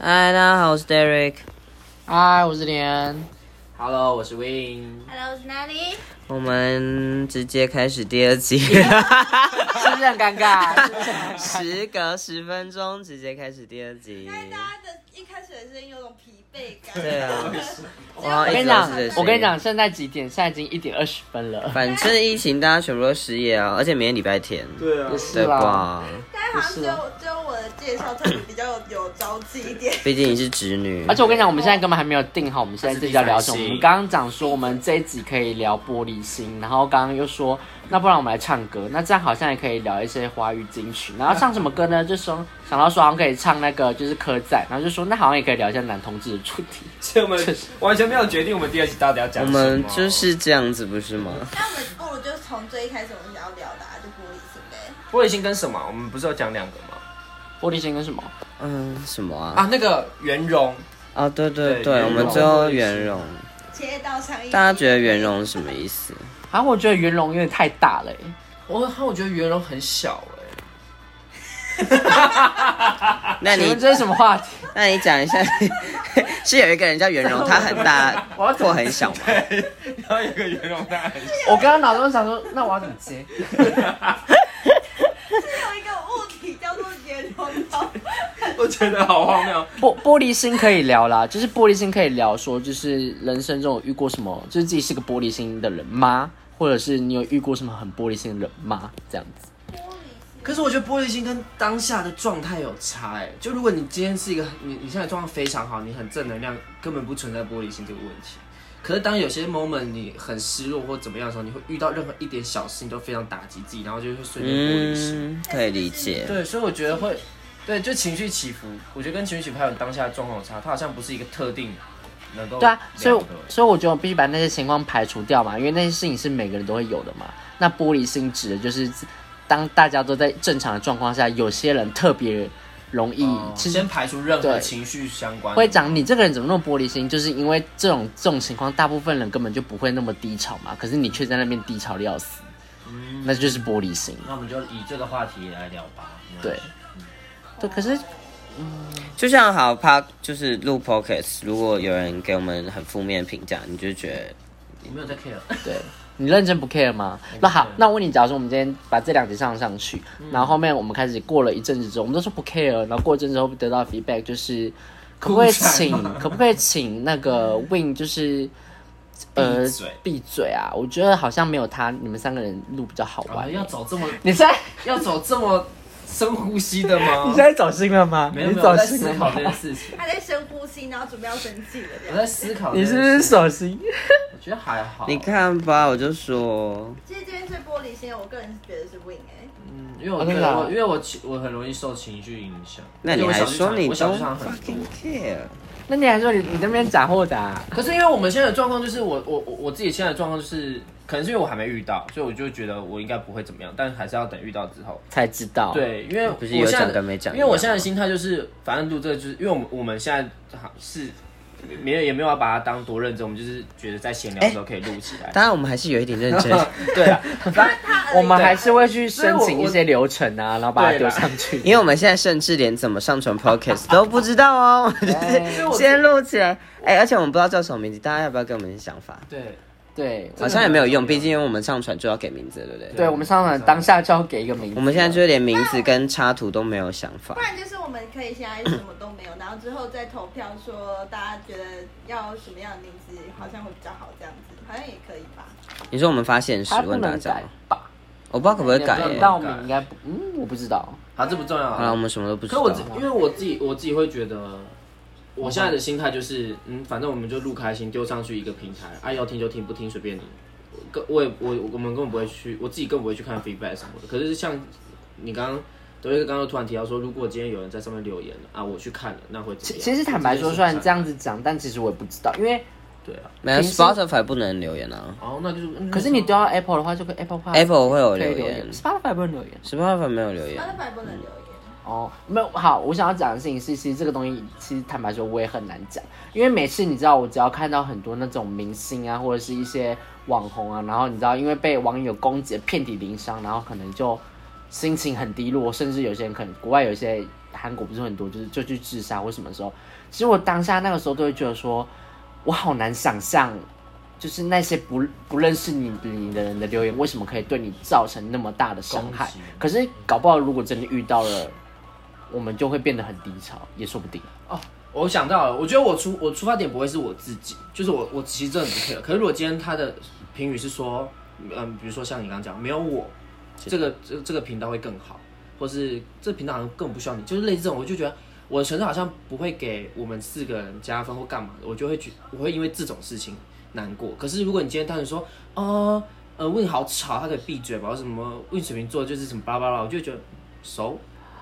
嗨，大家好，我是 Derek。嗨，我是连。 Hello，我是 Win。 Hello，我是哪里？我们直接开始第二集，是不是很尴尬？ 是不是很尴尬时隔十分钟直接开始第二集。大家的一开始的声音有种疲惫感。对啊，我我要一跟直你都讲是这个声音，我跟你讲，现在几点？现在已经一点二十分了。反正疫情大家全部都失业啊，而且明天礼拜天，对啊也是对啦，吧？但好像啊只有只有我的介绍特别比较有有朝气一点。毕竟你是直女，而且我跟你讲，我们现在根本还没有定好，我们现在自己要聊什么。这我是第三期们刚刚讲说，我们这一集可以聊玻璃心，然后刚刚又说，那不然我们来唱歌，那这样好像也可以聊一些华语金曲。然后唱什么歌呢？就说想到说好像可以唱那个就是科赞，然后就说那好像也可以聊一下男同志的主题。所以我们完全没有决定我们第二集到底要讲我什么。们就是这样子，不是吗？那我们哦，我就从最一开始我们想要聊的、啊、就玻璃心呗。玻璃心跟什么？我们不是有讲两个吗？玻璃心跟什么？嗯，什么啊？啊，那个圆融，啊，对对对对，圆我融们最后圆融，切到上一，大家觉得圆融是什么意思？啊，我觉得圆融有点太大了、欸。我看我觉得圆融很小欸哎、 那你你们这是什么话题？那你讲一下， 是有一个人叫 圆融，他很大或很小吗？然后有个圆融大很小， 我刚刚脑中想说，那我要怎么接？是有一个物体叫做圆融头，我觉得好荒谬。 玻玻璃心可以聊啦，就是玻璃心可以聊说，就是人生中有遇过什么，就是自己是个玻璃心的人吗？或者是你有遇过什么很玻璃心的人吗？这样子， 玻璃心。可是我觉得玻璃心跟当下的状态有差哎、就如果你今天是一个你你现在状况非常好，你很正能量，根本不存在玻璃心这个问题。可是当有些 moment 你很失落或怎么样的时候，你会遇到任何一点小事情都非常打击自己，然后就会瞬间玻璃心。嗯，可以理解。对，所以我觉得会，对，就情绪起伏，我觉得跟情绪起伏还有当下的状况有差，它好像不是一个特定能够对啊，所以量我的所以我觉得我必须把那些情况排除掉嘛，因为那些事情是每个人都会有的嘛。那玻璃心指的就是当大家都在正常的状况下，有些人特别容易，哦其实先排除任何对情绪相关的会讲你这个人怎么那么玻璃心，就是因为这种这种情况，大部分人根本就不会那么低潮嘛，可是你却在那边低潮的要死，那就是玻璃心。那我们就以这个话题来聊吧。对，对，可是就像好 p 就是录 podcast，如果有人给我们很负面的评价，你就觉得我没有在 care。对你认真不 care 吗？那好，那我问你，假如说我们今天把这两集上上去，嗯然后后面我们开始过了一阵子之后，我们都说不 care，然后过一阵子后得到 feedback 就是可不可以哭请惨 嗯可不可以请那个 Win 就是。呃闭嘴，闭嘴啊！我觉得好像没有他，你们三个人录比较好玩哇，欸、啊要走这么你现在要走这么深呼吸 的吗？你现在走心了吗？没有你没有走我在心思了考吗这？件事情，他在深呼吸，然后准备要生气了，这我样。在思考这你件 是不事情。是手心？我觉得还好？你，看吧，我就说其实这边最玻璃心的，我个人是觉得是 Win 哎、嗯因为我哦真觉的得啊我因为我情我很容易受情绪影响。那你因为我还小剧说场你我都小剧场很多 fucking care，那你还说你你那边假货的、啊？可是因为我们现在的状况就是我我我我自己现在的状况就是，可能是因为我还没遇到，所以我就觉得我应该不会怎么样，但还是要等遇到之后。才知道。，对，因为哦不我是有现在讲的跟没讲一因样为我现在的心态就是，反正录这个就是，因为我们我们现在好是没有也没有要把它当多认真，我们就是觉得在闲聊的时候可以录起来。当然我们还是有一点认 真。对啊，他我们还呃是会去申请所以我一些流程啊，然后把它丢上去。因为我们现在甚至连怎么上传 podcast 都不知道哦，就是先录起来。哎、而且我们不知道叫什么名字，大家要不要给我们一些想法？ 对，对，好像也没有用，毕竟我们上传就要给名字，对不对？对，我们上传当下就要给一个名字。我们现在就是连名字跟插图都没有想法不。然就是我们可以现在什么都没有，然后之后再投票说大家觉得要什么样的名字好像会比较好，这样子好像也可以吧。你说我们发现实它不问大能家改吗，吧？我不知道可不可以改、也不能欸。到名应该不，嗯，我不知道。好，这不重要好了，我啊。们什么都不知可是道。我自因为我自己我自己会觉得。我现在的心态就是，嗯，反正我们就录开心，丢上去一个平台，爱、要听就听，不听随便你。我跟我也我我们根本不会去，我自己更不会去看 feedback 什么的。可是像你刚刚，德瑞刚刚突然提到说，如果今天有人在上面留言啊，我去看了，那会怎其么样？其实坦白说，虽然这样，样子讲，但其实我也不知道，因为对啊，没有平时 Spotify 不能留言啊哦，那就是，嗯可是你丢到 Apple 的话，就跟 Apple Pay ，Apple 会有啊可以留留言言，Spotify 不能留言。 ，Spotify 没有留言他。本来不能留言，哦，没有好，我想要讲的事情是，其实这个东西，其实坦白说我也很难讲，因为每次你知道，我只要看到很多那种明星啊，或者是一些网红啊，然后你知道，因为被网友攻击得遍体鳞伤，然后可能就心情很低落，甚至有些人可能国外有一些韩国不是很多，就是就去自杀或什么时候，其实我当下那个时候都会觉得说，我好难想象，就是那些不不认识你你的人的留言，为什么可以对你造成那么大的伤害攻击？可是搞不好如果真的遇到了，我们就会变得很低潮，也说不定。哦，我想到了，我觉得我出我出发点不会是我自己，就是我我其实真的不 care。可是如果今天他的评语是说，嗯，比如说像你刚刚讲，没有我，这个这这个频道会更好，或是这频道好像更不需要你，就是类似这种，我就觉得我的存在好像不会给我们四个人加分或干嘛的，我就会觉我会因为这种事情难过。可是如果你今天单纯说，哦，呃，问你好吵，他可以闭嘴吧，或什么问水瓶座就是什么巴拉巴拉，我就会觉得熟。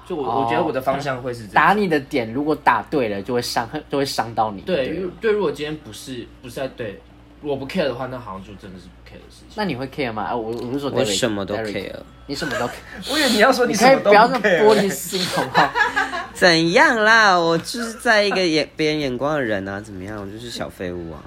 就我、我觉得我的方向会是这样。打你的点，如果打对了，就会伤，就会伤到你。对，啊不如对，如果今天不是不是在对，我不 care 的话，那好像就真的是不 care 的事情。那你会 care 吗？啊，我我是说 Derek, 我什么都 Derek， care，你什 么都 care，我以为你要说你可以不要那么玻欸璃心好不好？怎样啦？我就是在一个眼别人眼光的人啊，怎么样？我就是小废物啊。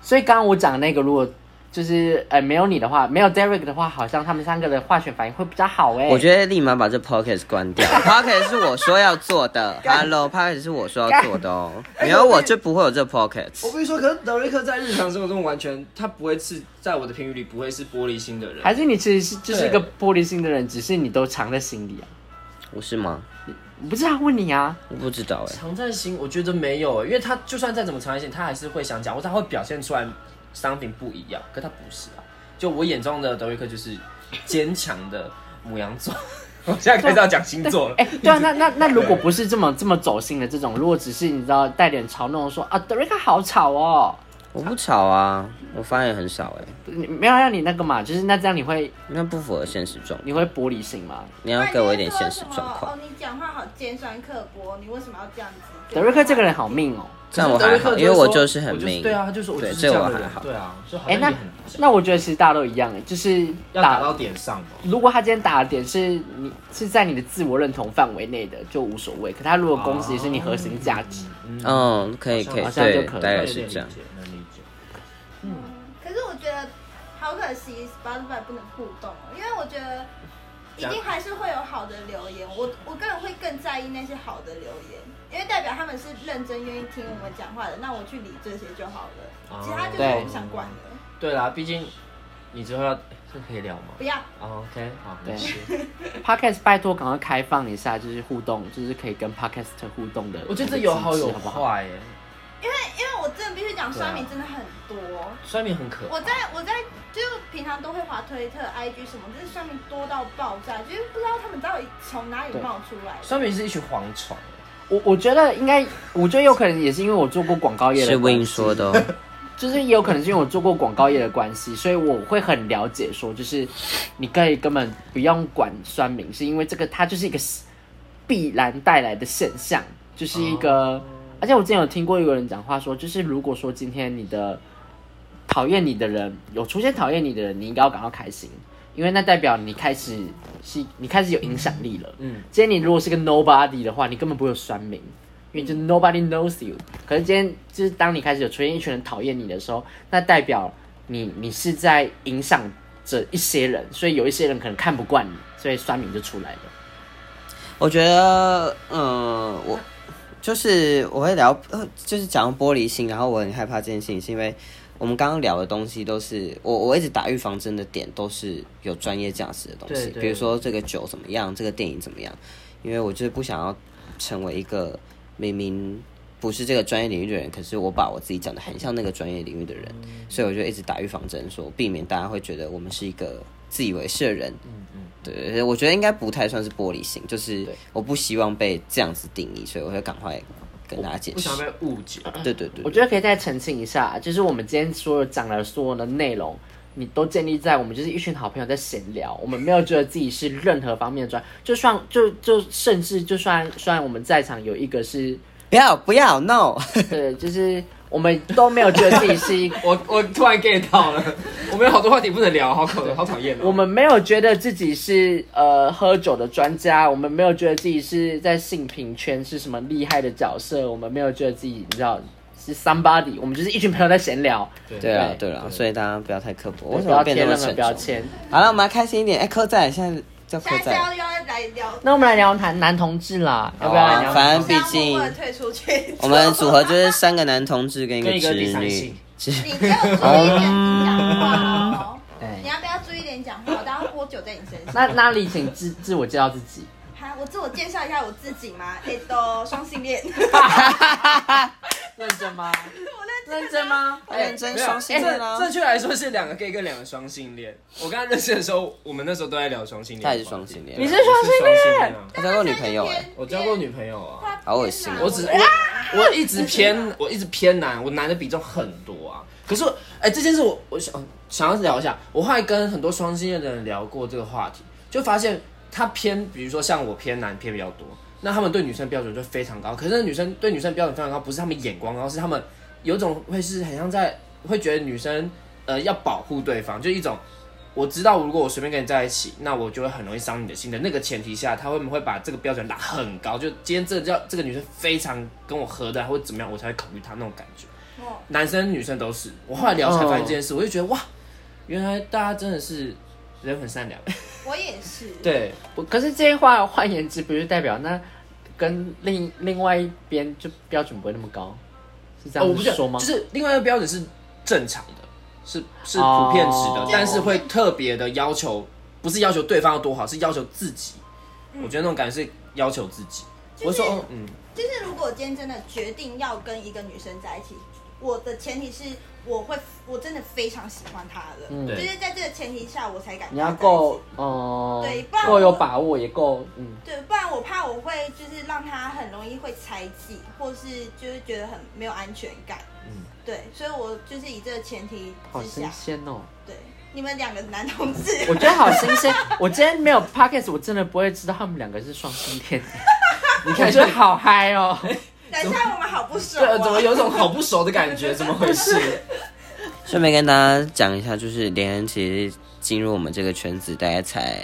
所以刚刚我讲的那个，如果就是呃没有你的话，没有 Derek 的话，好像他们三个的化学反应会比较好哎、我觉得立马把这 p o c k e t 关掉。p o c k e t 是我说要做的，Hello p o c k e t 是我说要做的哦，没有我就不会有这 p o c k e 我 t 必须说，可是德瑞克在日常生活中完全，他不会是在我的评语里不会是玻璃心的人。还是你其实是就是一个玻璃心的人，只是你都藏在心里啊。我是吗？我不是啊，问你啊，我不知道哎、藏在心，我觉得没有，欸因为他就算再怎么藏在心，他还是会想讲，或者他会表现出来 something 不一样。可他不是啊，就我眼中的德瑞克就是坚强的母羊座。 我现在开始要讲星座了。哎、对啊，那那那如果不是这么这么走心的这种，如果只是你知道带点嘲弄说啊，Derek 好吵哦，我不吵啊，我发言很少哎、你没有让你那个嘛，就是那这样你会那不符合现实状况，你会玻璃心吗？你要给我一点现实状不然况。你就说什么哦，你讲话好尖酸刻薄，你为什么要这样子？德瑞克这个人好命哦。这样我还好，因为我就是很命。对啊，他就说我就对是这这我样的还人好。对啊，就好哎、像那也很那我觉得其实大家都一样，就是要打到点上嘛。如果他今天打的点是你是在你的自我认同范围内的，就无所谓。可他如果攻击是你核心价值，嗯，嗯，可以好像可以，好像就对可以，大概也是这样。，能理解。可是我觉得好可惜，Spotify 不能互动哦，因为我觉得一定还是会有好的留言。我我个人会更在意那些好的留言，因为代表他们是认真愿意听我们讲话的，那我去理这些就好哦了，其他就是我不想管了，对啦，毕竟你之后要这可以聊吗不要。哦？OK，好，对没事。 podcast 拜托赶快开放一下，就是互动，就是可以跟 podcast 互动的。我觉得这有好有好不好？坏耶，因为我真的必须讲，酸民真的很多。酸民很可怕我在我在就是平常都会滑推特、IG 什么，就是酸民多到爆炸，就是不知道他们到底从哪里冒出来的。酸民是一群蝗虫耶。我我觉得应该，我觉得有可能也是因为我做过广告业的是关系 Win 说的哦，就是也有可能是因为我做过广告业的关系，所以我会很了解说，就是你可以根本不用管酸民，是因为这个它就是一个必然带来的现象，就是一个。而且我之前有听过有人讲话说，就是如果说今天你的讨厌你的人有出现讨厌你的人，你应该要感到开心，因为那代表你开始是你开始有影响力了。嗯，今天你如果是个 nobody 的话，你根本不会有酸民，因为就是 nobody knows you。可是今天就是当你开始有出现一群人讨厌你的时候，那代表你你是在影响着一些人，所以有一些人可能看不惯你，所以酸民就出来了。我觉得，嗯，我就是我会聊，呃，就是讲到玻璃心，然后我很害怕这件事情，是因为我们刚刚聊的东西都是我我一直打预防针的点，都是有专业价值的东西对，对比如说这个酒怎么样，这个电影怎么样，因为我就是不想要成为一个明明不是这个专业领域的人，可是我把我自己讲的很像那个专业领域的人，所以我就一直打预防针，说避免大家会觉得我们是一个自以为是的人。嗯嗯，对，我觉得应该不太算是玻璃心，就是对我不希望被这样子定义，所以我会赶快跟大家解不释想。被误解。对对对，我觉得可以再澄清一下，啊就是我们今天所有讲的所有的内容，你都建立在我们就是一群好朋友在闲聊，我们没有觉得自己是任何方面的专，就算就就甚至就算虽然我们在场有一个是，不要不要 no，对，就是我们都没有觉得自己是一个。我我突然 get 到了，我们有好多话题不能聊，好可好讨厌哦。 我们没有觉得自己是呃喝酒的专家，我们没有觉得自己是在性品圈是什么厉害的角色，我们没有觉得自己你知道是 somebody，我们就是一群朋友在闲聊， 对啊对对啊，所以大家不要太刻薄，为什不么要变贴那么任何沉标重？签。好了，我们来开心一点。哎，柯仔现在叫客现在是栈。要要来聊，那我们来聊男男同志啦，要不要来啊，聊？反正是要毕默竟默地退出去。 我们组合就是 三个男同志跟一跟一个直第三女性， 你给我注意一点讲话哦。你哎对，要不要注意点讲话？我等下泼酒在你身上。那那里请自自我介绍自己。哈，我自我介绍一下我自己嘛，哎、都双性恋。认真吗？我认真啊认真吗？认真双性正恋啊，正确来说是两个 gay 跟两个双性恋。我刚刚认识的时候，我们那时候都在聊双性恋。他也是双性恋对你是双性恋我是双性啊 他交过女朋友哎、我交过女朋友啊。好恶心我只我我一直偏我一直偏男，我男的比重很多啊。可是我哎、这件事我我想想要聊一下，我后来跟很多双性恋的人聊过这个话题，就发现他偏，比如说像我偏男偏比较多，那他们对女生标准就非常高。可是那女生对女生标准非常高，不是他们眼光高，是他们有一种会是很像在会觉得女生呃要保护对方，就一种。我知道，如果我随便跟你在一起，那我就会很容易伤你的心的。那个前提下，他会不会把这个标准拉很高？就今天这个叫这个女生非常跟我合的，或者怎么样，我才会考虑她那种感觉。哦男生女生都是。我后来聊才发现这件事，我就觉得哇，原来大家真的是人很善良。我也是。对，我可是这些话换言之，不是代表那跟另另外一边就标准不会那么高，是这哦，我样不子是说吗？就是另外一个标准是正常的，是是哦普遍值的，哦但是会特别的要求，不是要求对方有多好，是要求自己。嗯我觉得那种感觉是要求自己。我说，哦嗯，就是如果我今天真的决定要跟一个女生在一起，我的前提是我会我真的非常喜欢她了，嗯就是在这个前提下我才敢你跟要她在一起。够哦对不然，够我有把握，也够嗯。对，不然我怕我会就是让她很容易会猜忌，或是就是觉得很没有安全感。嗯对，所以我就是以这个前提好之新下，鲜哦！对你们两个男同志，我觉得好新鲜。 我今天没有 podcast，我真的不会知道他们两个是双性 恋。你看我觉得好嗨哦！ 等一下我们好不熟、对，啊，怎么有种好不熟的感觉？怎么回事？顺便跟大家讲一下，就是连恩其实进入我们这个圈子大概才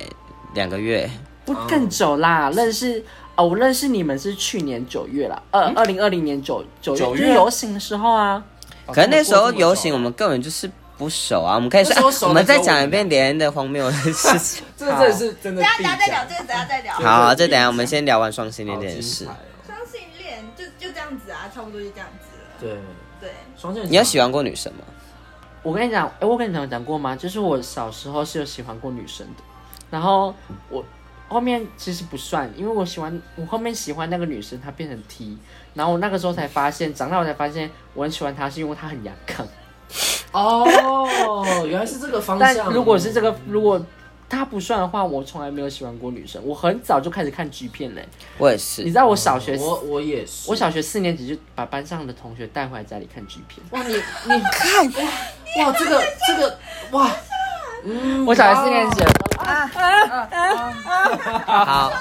两个月，不嗯更久啦，认识哦，我认识你们是去年九月啦，二嗯二零二零年九九月九月就是游行的时候啊。哦可是那时候游行我们们根本就是不熟啊。我们可以说那时候，熟我们的时再候讲一遍连恩的荒谬的事 情。啊这真的是真等的一下必等一下再讲。聊这个，等一下再聊。对好，对这对等一下我们先聊完双性好恋这精件事彩哦。双性恋就就这样子啊，差不多就这样子了。对，对，双性你有喜欢过女生吗？我跟你讲，哎，我跟你讲讲过吗？就是我小时候是有喜欢过女生的，然后我后面其实不算，因为我喜欢我后面喜欢那个女生，她变成 T，然后我那个时候才发现，长大我才发现我很喜欢她是因为她很阳刚。哦，原来是这个方但向。如果是这个，如果她不算的话，我从来没有喜欢过女生。我很早就开始看 G 片嘞、我也你是，知道我小哦学我我也是，我小学四年级就把班上的同学带回来家里看 G 片。哇你你看哇这个这个哇，嗯我小学四年哦级的时候，好，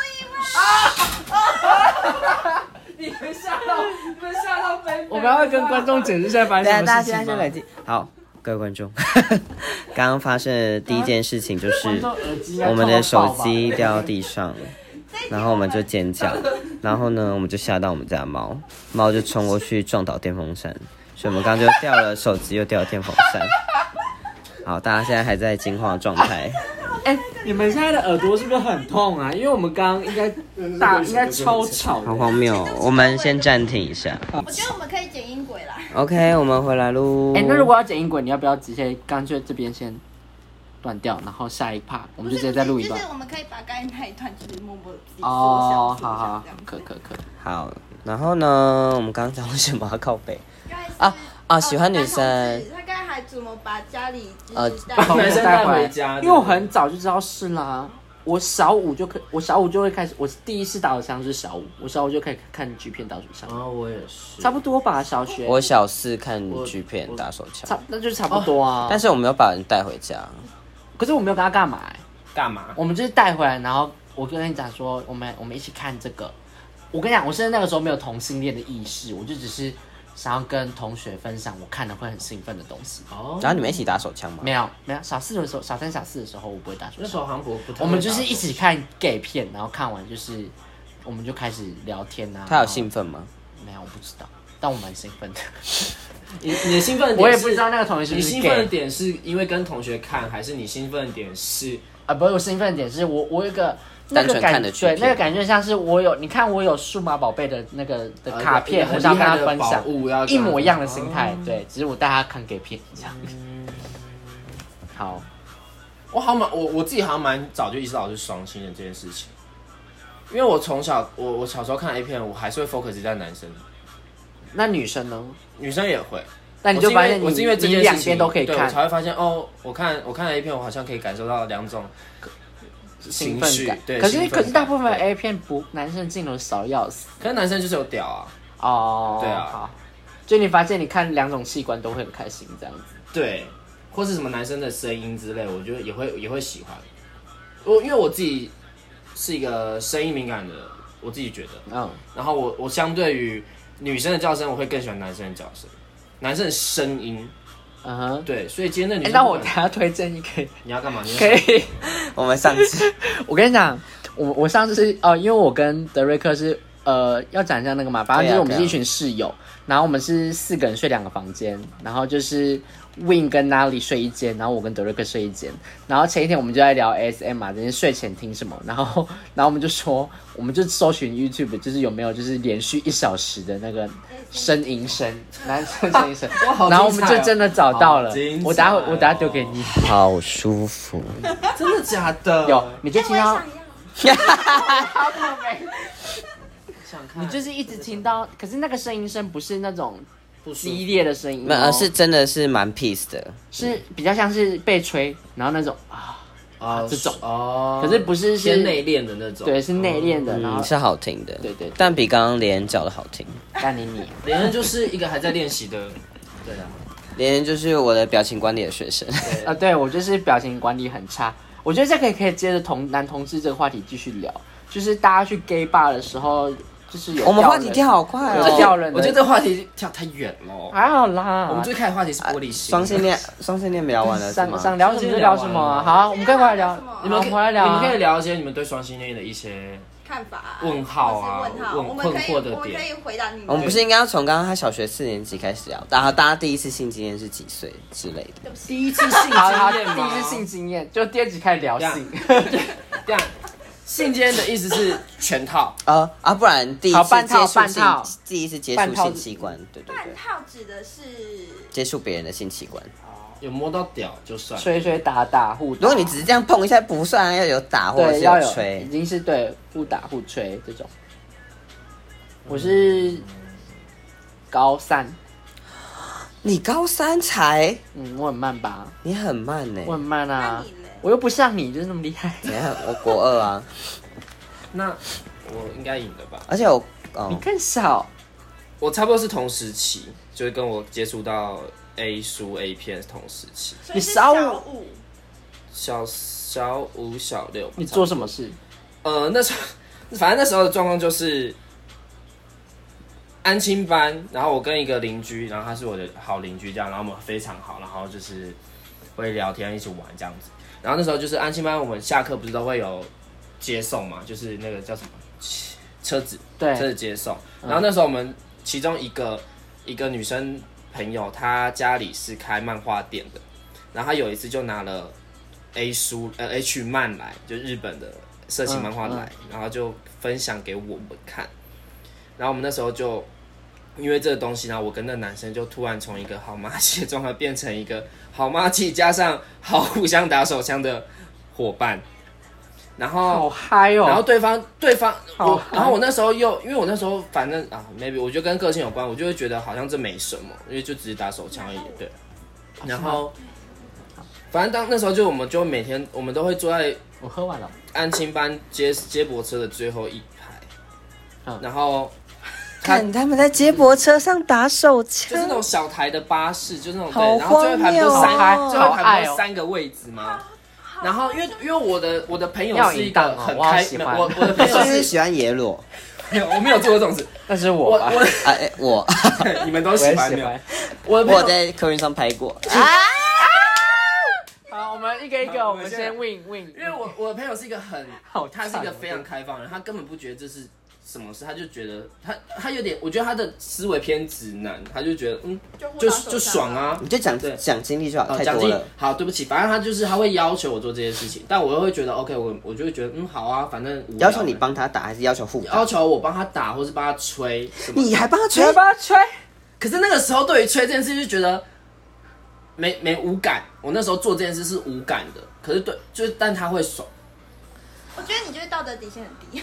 你们吓到你们吓到飞，我刚刚跟观众解释一下发大家生什大家么事现在情先吗冷？静。好，各位观众， 刚刚发生的第一件事情就是观众耳机要我们的扣到手爆吧机掉到地上， 然后我们就尖叫，然后呢，我们就吓到我们家的猫，猫就冲过去撞倒电风扇，所以我们刚刚就掉了手机，又掉了电风 扇。好，大家现在还在惊慌的状 态，哎、你们现在的耳朵是不是很痛啊？因为我们刚刚应该大应该超吵好的。荒谬哦！我们先暂停一下。我觉得我们可以剪音轨啦。 OK，我们回来喽。哎、那如果要剪音轨，你要不要直接干脆这边先断掉，然后下一趴我们就直接再录一段就是？我们可以把刚才那一段就是默默自己缩小哦，缩好小好这样，子可可可。好，然后呢，我们刚刚讲了什么啊？靠背啊啊哦啊，喜哦欢女生。他刚才还怎么把家里呃就是带把把我男们生带带回回家因为我很早就知道是啦。我小五就可，我小五就会开始，我第一次打手枪是小五，我小五就可以看 G 片打手枪，啊我也是，差不多吧，小学，我小四看我剧片我打手枪，差那就是差不多啊。但是我没有把人带回家。可是我没有跟他干嘛、欸，干嘛？我们就是带回来，然后我跟你讲说，我们我们一起看这个。我跟你讲，我甚至那个时候没有同性恋的意识，我就只是想要跟同学分享我看了会很兴奋的东西。哦然后你们一起打手枪吗没？有没有，小四的时候，小三小四的时候我不会打手那枪时。候韩国不太会打我们就是一起看 gay 片，然后看完就是，我们就开始聊天啊。他有兴兴奋吗？没有？我不知道，但我蛮兴奋的。你你 的兴奋点是，我也不知道那个同学是你不是兴奋的 gay。点是因为跟同学看，还是你兴奋的点是啊，不是我兴奋的点是我我有一个那单个纯看感的剧对那个片感觉像是我有你看我有数码宝贝的那个的呃卡片，很我厉想跟害他的分享宝物要跟他一模一样的心态，对，只是我带他看给片这样。 好，我好蛮我我自己好像蛮早就意识到我是双性恋这件事情，因为我从小我我小时候看 A 片，我还是会 focus 在男生，那女生呢？女生也会。那你就发现你我是因为我是因为这你件两事边情都可以对我才看，会发现哦，我看我看 A 片，我好像可以感受到两种兴情奋绪感。。对，可是兴奋可是大部分感对 A 片不男生镜头少得要死可是男生就是有屌啊，哦。对啊好，就你发现你看两种器官都会很开心这样子。对，或是什么男生的声音之类，我觉得也会也会喜欢。我因为我自己是一个声音敏感的，我自己觉得，嗯，然后我我相对于女生的叫声，我会更喜欢男生的叫声，男生的声音。嗯哼。对，所以今天的女哎，生不管，那我等下推荐你可以你要干嘛？你要可以。我们上 次我跟你讲，我我上次是哦，因为我跟德瑞克是呃要讲一下那个嘛，反啊正就是我们是一群室友，然后我们是四个人睡两个房间，然后就是 Win 跟 Nali 睡一间，然后我跟德瑞克睡一间，然后前一天我们就在聊 SM 嘛，就是睡前听什么，然后 然后我们就说，我们就搜寻 YouTube，就是有没有就是连续一小时的那个呻吟声，男生呻吟声哇哎好精彩哦，然后我们就真的找到了好精，彩哦我待会我待会丢给你，好舒服，真的假的？有你就哎我听也到想。要。想看你就是一直听到，可是那个声音声不是那种不舒服激烈的声音、没有哦，呃是真的是蛮 peace 的，是比较像是被吹，然后那种啊，啊这种哦，可是不是是偏内敛的那种，对，是内敛的，然后嗯，是好听的，对对对但比刚刚连叫的好听。干你你，连恩就是一个还在练习的，对 啊，连就是我的表情管理的学生，啊，对我就是表情管理很差，我觉得这个也可以接着同男同志这个话题继续聊，就是大家去 gay bar 的时候，就是 有我们吊话人题跳好快有哦。吊人的，啊我觉得这话题跳太远了。还好啦，我们最开始话题是玻璃啊心，双性 恋，双性恋聊完了是想吗？想聊什么就聊什么啊，好啊，我们可以回来聊，你们好可以回来聊你啊，们可以聊一些你们对双性恋的 一些，看法啊、问号啊或是问号，问我们可困惑以的我们点可以回答你。哦我们不是应该要从刚刚他小学四年级开始聊，然后大家第一次性经验是几岁之类的？第一次性好好，经第验吗？一次性经验，就第二集开始聊性。这样，性经验的意思是全套，呃啊，不然第一好次半接套触性半套，第一次接半触套性器官，对对半对，套指的是接触别人的性器官。有摸到屌就算。吹吹打打互打。如果你只是这样碰一下不算啊，要有打或者对是要有有吹已。经是对互打互吹这种。我是高三，你高三才，嗯，我很慢吧，你很慢呢、我很慢啊那你嘞，我又不像你就是那么厉害。你看我国二啊，那我应该赢的吧？而且我你哦，更少，我差不多是同时期，就是跟我接触到 A 书 A 片是同时期，所以是你少五小五，小小五小六。你做什么？么事？呃，那时候反正那时候的状况就是安亲班，然后我跟一个邻居，然后他是我的好邻居，这样，然后我们非常好，然后就是会聊天，一起玩这样子。然后那时候就是安亲班，我们下课不是都会有接送嘛，就是那个叫什么车子，对嗯车子接送。然后那时候我们其中一个一个女生朋友，她家里是开漫画店的，然后她有一次就拿了 A 书呃 H 漫来，就日本的色情漫画嗯来，然后就分享给我们看。然后我们那时候就因为这个东西，然后我跟那男生就突然从一个好妈气的状态变成一个好妈气加上好互相打手枪的伙伴。然后好嗨然后哦！对方对方好我，然后我那时候又因为我那时候反正啊，maybe 我觉得跟个性有关，我就会觉得好像这没什么，因为就只是打手枪而已，对。然后，反正当那时候就我们就每天我们都会坐在我喝完了，安亲班接接驳车的最后一排，嗯然后他看他们在接驳车上打手就枪是那，种小台的巴士，就是那种好对，然后最后一排不是荒谬哦三，好最后一爱排哦不是三个位置吗？然后因为因为我的我的朋友要是一淫荡个哦很我好开，喜没有欢我我的朋是友不是 是喜欢野裸？没有我没有做过这种事，那是我我吧，我啊，哎我你们都我喜也欢喜没有欢？。我的朋我友在客运上拍过，好，我们一个一个，好我我们们先先 win win，因为我我的朋友是一个很好，他是一个惨哦非常开放的人，他根本不觉得这是什么事，他就觉得他他有点，我觉得他的思维偏直男，他就觉得嗯，就互就打手就枪爽，啊你，就讲对讲经历就好，哦，太奖多金了。好，对不起，反正他就是他会要求我做这些事情，但我又会觉得 OK，我我就会觉得嗯好啊，反正无聊要求你帮他打，还是要求互打要？求我帮他打或是帮他吹 什么的，你还帮他吹？巴吹，可是那个时候对于吹这件事就觉得没没无感，我那时候做这件事是无感的，可是对就是但他会爽，我觉得你就是道德底线很低，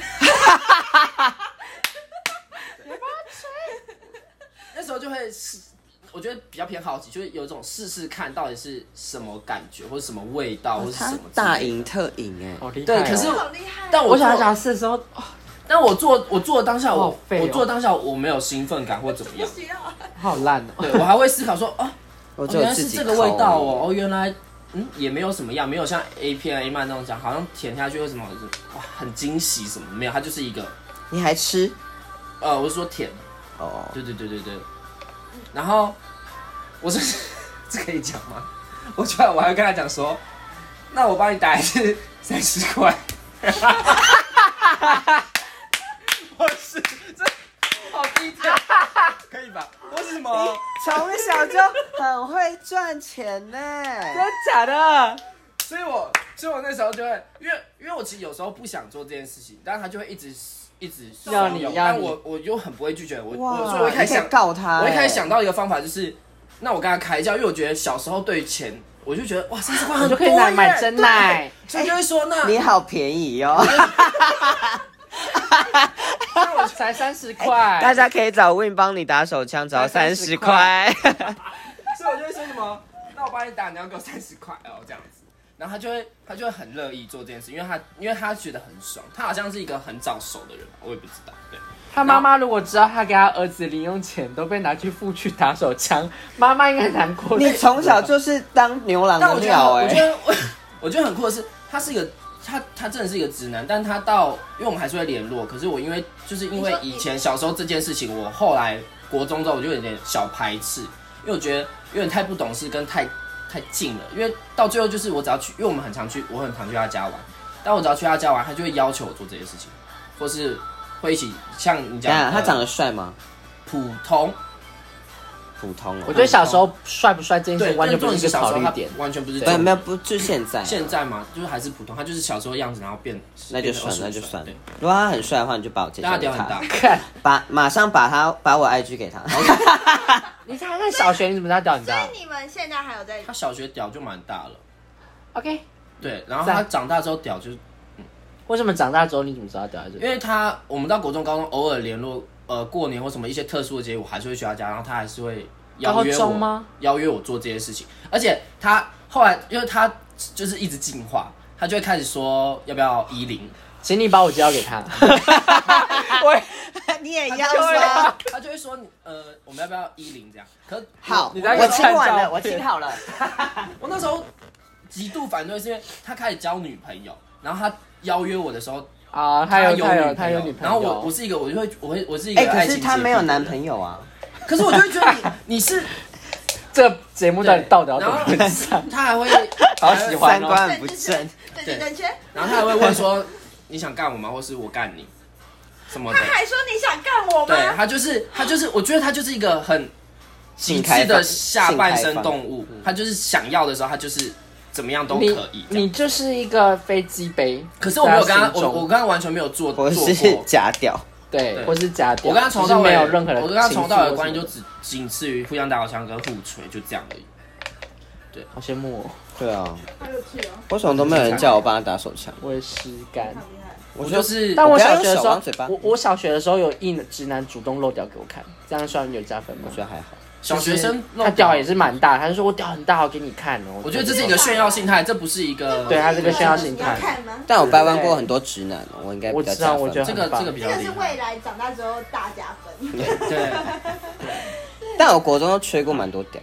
那时候就会试，我觉得比较偏好奇，就是有一种试试看到底是什么感觉或者什么味道或者什哦他么之类的大赢。特赢哎、好厉害、对，可是好厉害。啊但我我想做想是时候，哦但我做我做的当下好我废哦我做的当下我没有兴奋感或怎么不样，需要啊，好烂哦、对我还会思考说哦，我哦只原有来自是己这个味道抠哦，哦原来嗯也没有什么样，没有像 A 片啊 A 漫那种讲，好像舔下去会什么哇很惊喜什么没有，它就是一个你还吃呃我是说舔，哦？对对对对对，然后我是 这可以讲吗？我居然我还跟他讲说，那我帮你打一次 三十块，我是这好低调，可以吧？为什么？从小就 很会赚钱呢、的假的？所以我，所以我那时候就会，因为因为我其实有时候不想做这件事情，但他就会一直一直要怂你恿要但你我我就很不会拒绝我，哇！我所以我一开始你可想以，告他、我一开始哎想到一个方法就是，那我跟他开价，因为我觉得小时候对于钱，我就觉得哇三十块我很就多可以拿来耶买真，哎奶，对所以就会说那你好便宜哦，才三哎十块。大家可以找 Win 帮你打手枪，只要三十块。所以我就会说什么，那我帮你打，你要给我三十块哦，这样子。然后他就会，他就会很乐意做这件事，因为他，因为他觉得很爽，他好像是一个很早熟的人吧，我也不知道，对。他妈妈如果知道他给他儿子零用钱都被拿去付去打手枪，妈妈应该难过。你从小就是当牛郎但的我觉得很，鸟哎、我觉得我我觉得很酷的是，他是一个他他真的是一个直男，但他到因为我们还是会联络，可是我因为就是因为以前小时候这件事情，我后来国中之后我就有点小排斥，因为我觉得有点太不懂事跟太太近了，因为到最后就是我只要去，因为我们很常去，我很常去他家玩，但我只要去他家玩，他就会要求我做这些事情，或是会一起像你等一讲下的，他长得帅吗？普通，普通哦。 我觉得小时候帅不帅这件事对，情完全不但是重点一个是小考时候虑他点。完全不是不重点没有不就现在，现在嘛，就是还是普通，他就是小时候样子，然后变那就算那变得二十就五算了对。如果他很帅的话，你就把我介但绍他给屌很他大，，看，把马上把他把我 IG 给他。你才在小学，你怎么知道屌你知所道以你们现在还有在他小学屌就蛮大了， ？OK，嗯对，然后他在长大之后屌就，因为什么长大之后你怎么知道屌在这里？为他我们到国中、高中偶尔联络，呃，过年或什么一些特殊的节日，我还是会去他家，然后他还是会邀约高我中吗邀约我做这些事情，而且他后来因为他就是一直进化，他就会开始说要不要依零，请你把我介绍给 他。我 你也他就 会？他就会说呃我们要不要依零这样，可是好，你在我看听完照了，片我听好了。我那时候极度反对，是因为他开始交女朋友，然后他邀约我的时候，啊，他有他有有他有女朋友，然后我我是一个，我就会我会我是一个哎，爱可情是洁癖的他人、没有男朋友啊。可是我就会觉得你你是这个节目到底到底要怎么然后分上？他还会，好喜欢三哦观很不正。对对对正圈？然后他还会问说你想干我吗，或是我干你什 么他的，还说你想干我对吗？他就是他就是，我觉得他就是一个很极性开致的放下半性身开放动物，他就是想要的时候，他就是怎么样都你可以这样。你就是一个飞机杯，可是我没有在跟他他，心我中我跟他完全没有做我做是过，假屌，对，对或是假屌，我跟他从头到就是尾没有任何的，我跟他从头到尾的关系就只仅次于互相打手枪跟互锤，就这样而已。好羡慕哦，对啊，好有趣哦，为什么都没有人叫我帮他打手枪？我也是干。好厉害。我就，就是但我不要小用学的时手候往嘴巴，我我小学的时候有一直男主动露屌给我看，这样算有加分吗我？觉得还好。小学生弄他屌也，是蛮大，他就说我屌很大，我给你看哦。我觉得这是一个炫耀心态，呃这不是一个对他这个炫耀你性要态看吗？但我掰弯过很多直男，我应该比较加我分知道我觉这吧。个这个比这较个厉是害。未来长大之后大加分。 对，但我国中都吹过蛮多屌，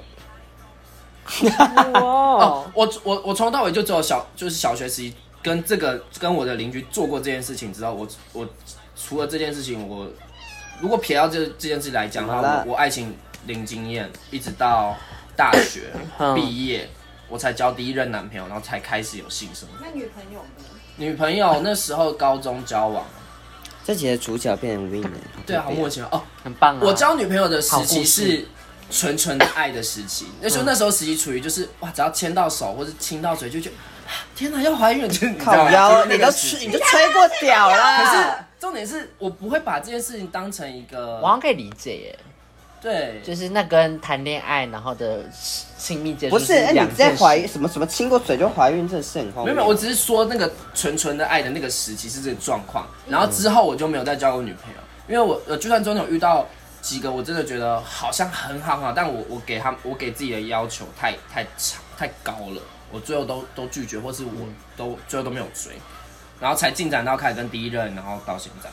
哇哦，，我我我从头到尾就只有小就是小学时期跟这个跟我的邻居做过这件事情之后，我我除了这件事情，我如果撇掉这这件事来讲的怎么话了，我我爱情零经验，一直到大学嗯毕业，我才交第一任男朋友，然后才开始有性生活。那女朋友呢？女朋友那时候高中交往， 这集的主角变成 Win 了。对啊，好莫名其妙哦。很棒啊！我交女朋友的时好故期事是纯纯的爱的时期，那时候那时候时期处于就是哇，只要牵到手或者亲到嘴就觉得，啊天哪，要怀孕了，就是你知靠道吗腰，就是那你个都时吹，期你就吹过屌可啦。是重点是我不会把这件事情当成一个我好像可以理解耶，对，就是那跟谈恋爱然后的亲密接触不是，哎，两你在件事怀什么什么亲过嘴就怀孕，这是很荒谬。没有没有，我只是说那个纯纯的爱的那个时期是这个状况，然后之后我就没有再交过女朋友，因为我呃，就算中间有遇到几个我真的觉得好像很好很好，但我我给他们我给自己的要求太太长太高了，我最后都都拒绝，或是我都最后都没有追，然后才进展到开始跟第一任，然后到现在。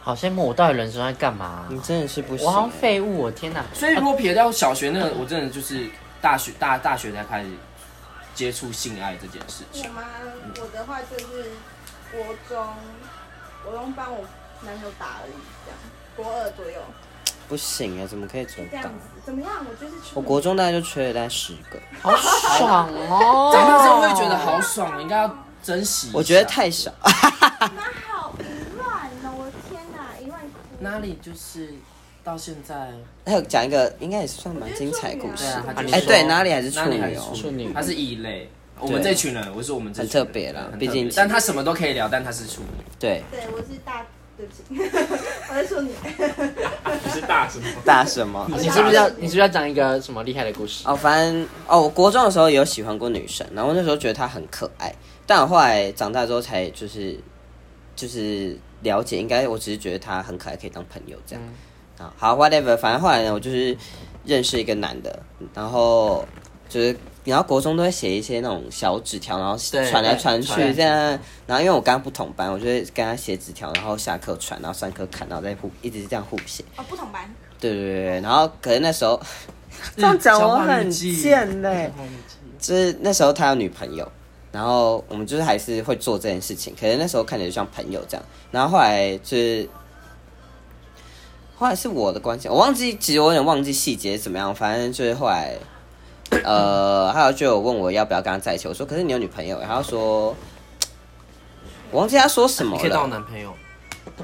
好羡慕，我到底人生在干嘛啊、你真的是不行。欸我好像废物，我天哪！所以如果撇掉小学那个，我真的就是大学大大学才开始接触性爱这件事情我。妈，我的话就是国中，国中帮我男朋友打而已，这样，国二左右不行啊，怎么可以做这样到子？，怎么样？我就是去我国中大概就吹了大概十个，啊好爽哦！长大之后会觉得好爽，应该要珍惜一下。我觉得太少。妈好淫乱哦！我的天哪，淫乱哭。哪里就是到现在，还有讲一个，应该也是算蛮精彩的故事对啊，吧。他就哎，说对，哪里还是处哪里还女是哦？处女他是异类。我们这群人，我说我们这群人很特别啦很特毕竟但他什么都可以聊，但他是处女，对，对，我是大，对不起， 我是处女。你是大什么？大什 么？你是不是要你是不是要讲一个什么厉害的故事？哦，反正哦，我国中的时候有喜欢过女生，然后那时候觉得她很可爱，但我后来长大之后才就是就是了解，应该我只是觉得她很可爱，可以当朋友这样。嗯啊，好，whatever，反正后来呢，我就是认识一个男的，然后就是。然后国中都会写一些那种小纸条，然后对传来传去传来传去这样。然后因为我刚刚不同班，我就会跟他写纸条，然后下课传，然后上课看，然后再互一直这样互写。 哦，不同班。对对对对，然后可是那时候这样讲我很贱呢、就是那时候他有女朋友，然后我们就是还是会做这件事情，可是那时候看起来就像朋友这样，然后后来就是。后来是我的关系，我忘记，其实我有点忘记细节怎么样，反正就是后来，呃，还有就有问我要不要跟他在一起，我说可是你有女朋友欸，他说，我忘记他说什么可以当我 了，男朋友。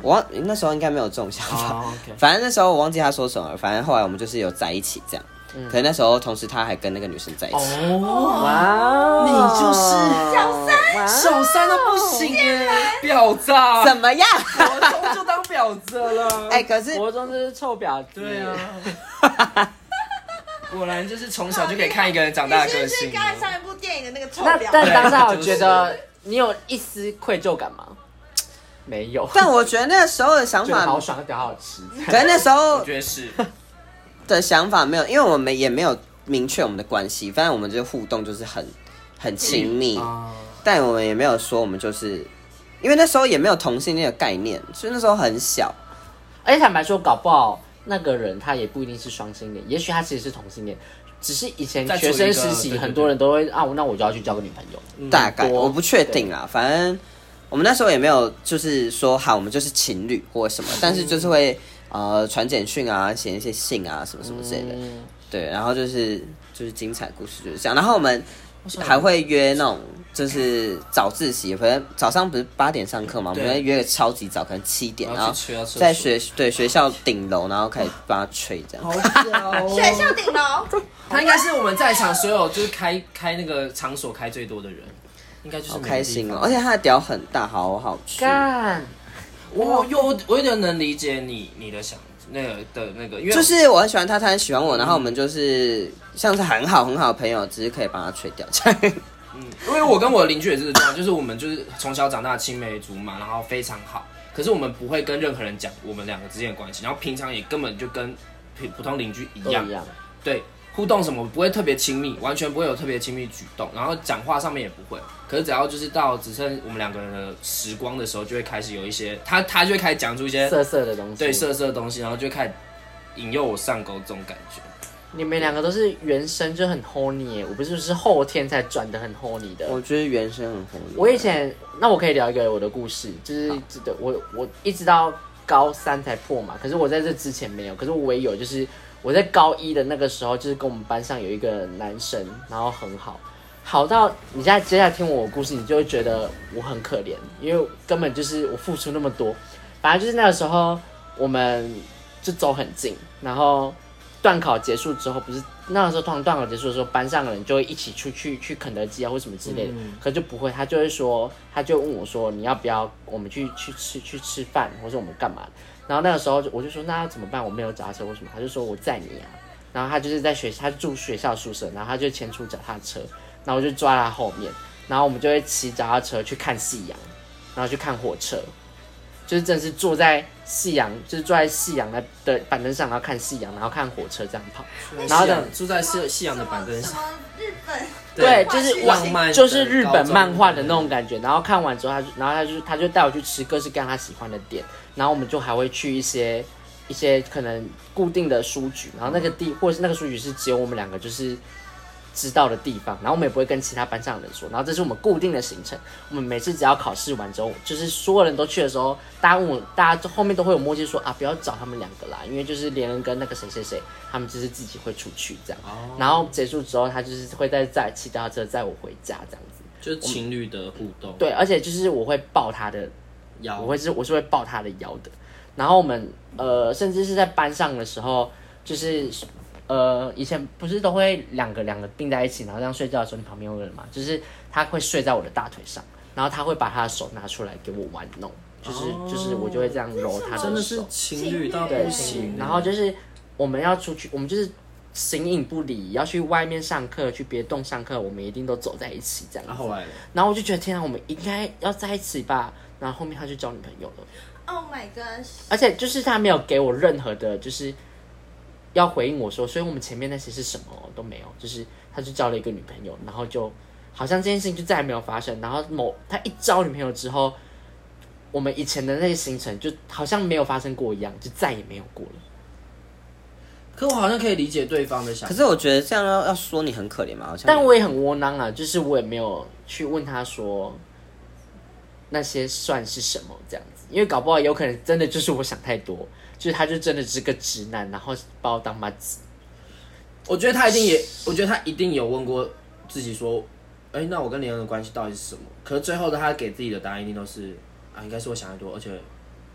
我忘那时候应该没有这种想法，哦，OK，反正那时候我忘记他说什么了，反正后来我们就是有在一起这样。可能那时候同时他还跟那个女生在一起。嗯哦，哇，你就是小三，手酸到不行哦耶，婊子啊！怎么样？国中就当婊子了。哦哎、可是国中就是臭婊子。对啊，果然就是从小就可以看一个人长大的你个是去性哦刚。才上一部电影的那个臭那婊但子？当下我觉得你有一丝愧疚感吗？没有， 但我觉得那时候的想 觉得法，好爽，屌好吃。可是那时候我觉 得是，的想法没有，因为我们也没有明确我们的关系，反正我们就互动就是很很亲密，嗯啊啊但我们也没有说我们就是，因为那时候也没有同性恋的概念，所以那时候很小。而且坦白说，搞不好那个人他也不一定是双性恋，也许他其实是同性恋，只是以前在处于学一个生实习，对对对很多人都会啊，那我就要去交个女朋友。大概嗯很多我不确定啦，反正我们那时候也没有就是说好我们就是情侣或什么，但是嗯就是会呃传简讯啊，写一些信啊什么什么之类的，嗯对，然后就是就是精彩故事就是这样，然后我们还会约那种就是早自习，反正早上不是八点上课嘛，我们对会约个超级早，可能七点，然然后后去学校厕所在学对学校顶楼，然后开始帮他吹这样，学校顶楼，他应该是我们在场所有就是开开那个场所开最多的人，应该就是好每个开心地哦方，而且他的屌很大，好好吃。干，我有我有点能理解你你的想那个的那个，因为就是我很喜欢他，他很喜欢我，然后我们就是像是很好很好的朋友，只是可以把他吹掉这样。 因为我跟我的邻居也是这样，就是我们就是从小长大的青梅竹马，然后非常好，可是我们不会跟任何人讲我们两个之间的关系，然后平常也根本就跟普普通邻居一都样一，样。对，互动什么不会特别亲密，完全不会有特别亲密举动，然后讲话上面也不会。可是只要就是到只剩我们两个人的时光的时候，就会开始有一些他他就会开始讲出一些色色的东西。对色色的东西，然后就会开始引诱我上钩这种感觉。你们两个都是原生就很 horny，耶我不是是后天才转的很 horny 的。我觉得原声很红。我以前，那我可以聊一个我的故事，就是这个我我一直到高三才破嘛，可是我在这之前没有，可是我也有，就是我在高一的那个时候，就是跟我们班上有一个男生，然后很好，好到你现在接下来听我的故事，你就会觉得我很可怜，因为根本就是我付出那么多。反正就是那个时候，我们就走很近，然后段考结束之后，不是那个时候通常段考结束的时候，班上的人就会一起出去去肯德基啊或什么之类的，可就不会，他就会说，他就问我说，你要不要我们去去吃去吃饭，或者我们干嘛？然后那个时候就我就说，那要怎么办？我没有脚踏车或什么，他就说我载你啊。然后他就是在学，他住学校宿舍，然后他就牵出脚踏车，然后我就抓在他后面，然后我们就会骑脚踏车去看夕阳，然后去看火车，就是真的是坐在夕阳，就是坐在夕阳的的板凳上，然后看夕阳，然后看火车这样跑。然后呢住在夕夕阳的板凳什上，么日本？对，对就是浪我漫的就是日本漫画的那种感觉。然后看完之后，他就，然后他就他就带我去吃各式各样他喜欢的店，然后我们就还会去一些一些可能固定的书局，然后那个地或者是那个书局是只有我们两个就是知道的地方，然后我们也不会跟其他班上的人说。然后这是我们固定的行程。我们每次只要考试完之后，就是所有人都去的时候，大家问我，大家后面都会有默契说啊，不要找他们两个啦，因为就是连人跟那个谁谁谁，他们就是自己会出去这样。然后结束之后，他就是会再载骑脚踏车载我回家这样子。就是情侣的互动。对，而且就是我会抱他的摇，我会是我是会抱他的腰的。然后我们呃，甚至是在班上的时候，就是呃，以前不是都会两个两个并在一起，然后这样睡觉的时候，你旁边有人嘛？就是他会睡在我的大腿上，然后他会把他的手拿出来给我玩弄，就是、就是我就会这样揉他的手，真的是情侣到对不行。然后就是我们要出去，我们就是形影不离，要去外面上课，去别栋上课，我们一定都走在一起这样然子。后后来然后我就觉得天啊，我们应该要在一起吧。然后后面他就交女朋友了。 Oh my gosh！而且就是他没有给我任何的，就是要回应我说，所以我们前面那些是什么都没有，就是他就交了一个女朋友，然后就好像这件事情就再也没有发生。然后某他一交女朋友之后，我们以前的那些行程就好像没有发生过一样，就再也没有过了。可我好像可以理解对方的想可法，是我觉得这样要要说你很可怜嘛，好像但也我也很窝囊啊，就是我也没有去问他说那些算是什么这样子，因为搞不好有可能真的就是我想太多，就是他就真的是个直男，然后把我当妈子。我觉得他一定也，我觉得他一定有问过自己说，哎、那我跟林恩的关系到底是什么？可是最后的他给自己的答案一定都是啊，应该是我想太多，而且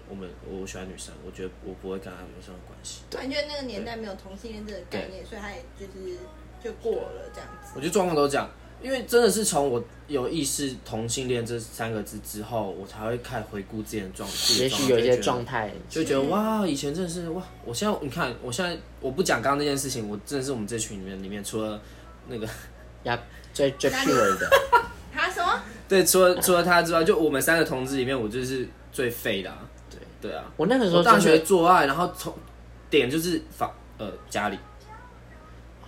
我们我喜欢女生，我觉得我不会跟她有任何关系。感觉那个年代没有同性恋这个概念，所以他也就是就过了这样子。我觉得状况都这样，因为真的是从我有意识同性恋这三个字之后，我才会开始回顾自己的状，自己也的许有一些状态，态，就会觉得哇，以前真的是哇，我现在你看，我现在我不讲刚刚那件事情，我真的是我们这群里面里面除了那个呀，最最哪里 pure 的，啊什么？对，除了除了他之外，就我们三个同志里面，我就是最废的、啊。对对啊，我那个时候我大真的学做爱，然后从点就是房呃家里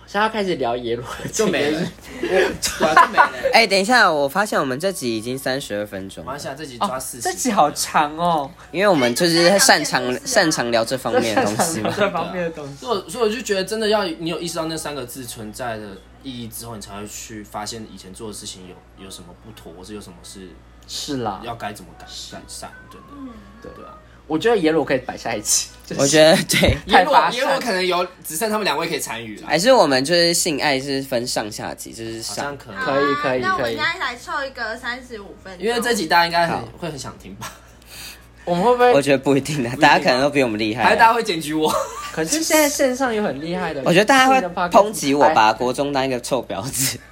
现在要开始聊耶鲁，就没了，我 对啊就没了。哎、等一下，我发现我们这集已经三十二分钟马了来，西亚这集抓哦四，十、这集好长哦，因为我们就是擅长哎这是擅长聊这方面的东西嘛。这方面的东西。所以我所以我就觉得，真的要你有意识到那三个字存在的意义之后，你才会去发现以前做的事情有有什么不妥，或是有什么是是啦，要该怎么改改善，对的，嗯对对啊。我觉得耶鲁可以摆下一期，就是我觉得对，太发因为我散。哎可能有只剩他们两位可以参与了，还是我们就是性爱是分上下集，就是好上像可可以，以可以啊那我可们以现在来凑一个三十五分钟，因为这集大家应该很好会很想听吧，我们会不我会？觉得不一定啊，大家可能都比我们厉哎害还是大啊。家会检举我？可是现在线上有很厉害的，我觉得大家会新的 podcast 抨击我吧，国中当一个臭婊子。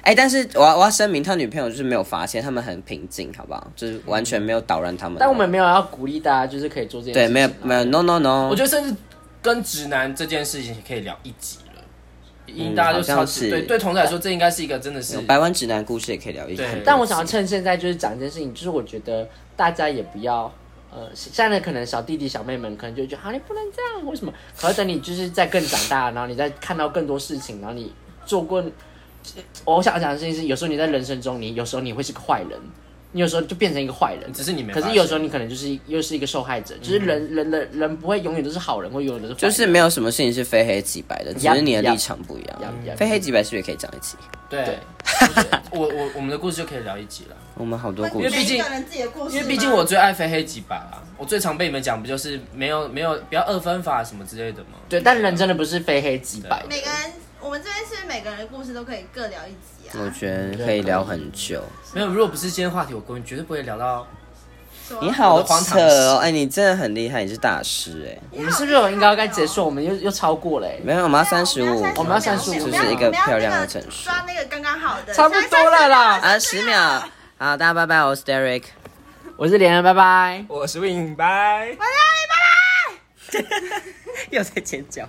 哎、但是我要我要声明，他女朋友就是没有发现，他们很平静，好不好？就是完全没有捣乱他们。哎。但我们没有要鼓励大家，就是可以做这件事对情啊没有没有 no no no，我觉得甚至跟直男这件事情也可以聊一集了，因嗯为大家就好像超级是对对同志来说，这应该是一个真的是有百万直男故事也可以聊一下。对但我想要趁现在就是讲一件事情，就是我觉得大家也不要。呃，现在可能小弟弟小妹们可能就觉得，啊，你不能这样，为什么？可是等你就是在更长大，然后你再看到更多事情，然后你做过，呃我想讲的事情是，有时候你在人生中，你有时候你会是个坏人，你有时候就变成一个坏人，只是你没可发现，是有时候你可能就是又是一个受害者，就是人、人的人不会永远都是好人，或永远都是坏人嗯就是没有什么事情是非黑即白的，只是你的 Yup, yup. 立场不一样 Yup, yup.。非黑即白是不是也可以讲一起？对对，我我我们的故事就可以聊一集了。我们好多故因为事毕竟每一个人自己的故事吗，因为毕竟我最爱非黑即白啊，我最常被你们讲不就是没有没有不要二分法什么之类的吗？对，但人真的不是非黑即白的，每个人我们这边是不是每个人的故事都可以各聊一集我啊。觉得可以聊很久。没有，如果不是今天话题，我根本绝对不会聊到。说你好我的荒扯唐哦！哎，你真的很厉害，你是大师哎。我们是不是应该该结束？我们又又超过了、欸，没有，我们要啊三十五，我们要35这秒是一个漂亮的整数抓那个刚刚好的，差不多了啦。啊，十秒。好，大家拜拜，我是 Derek。我是连恩，拜拜。我是 Win，拜。拜拜拜拜。又在尖叫。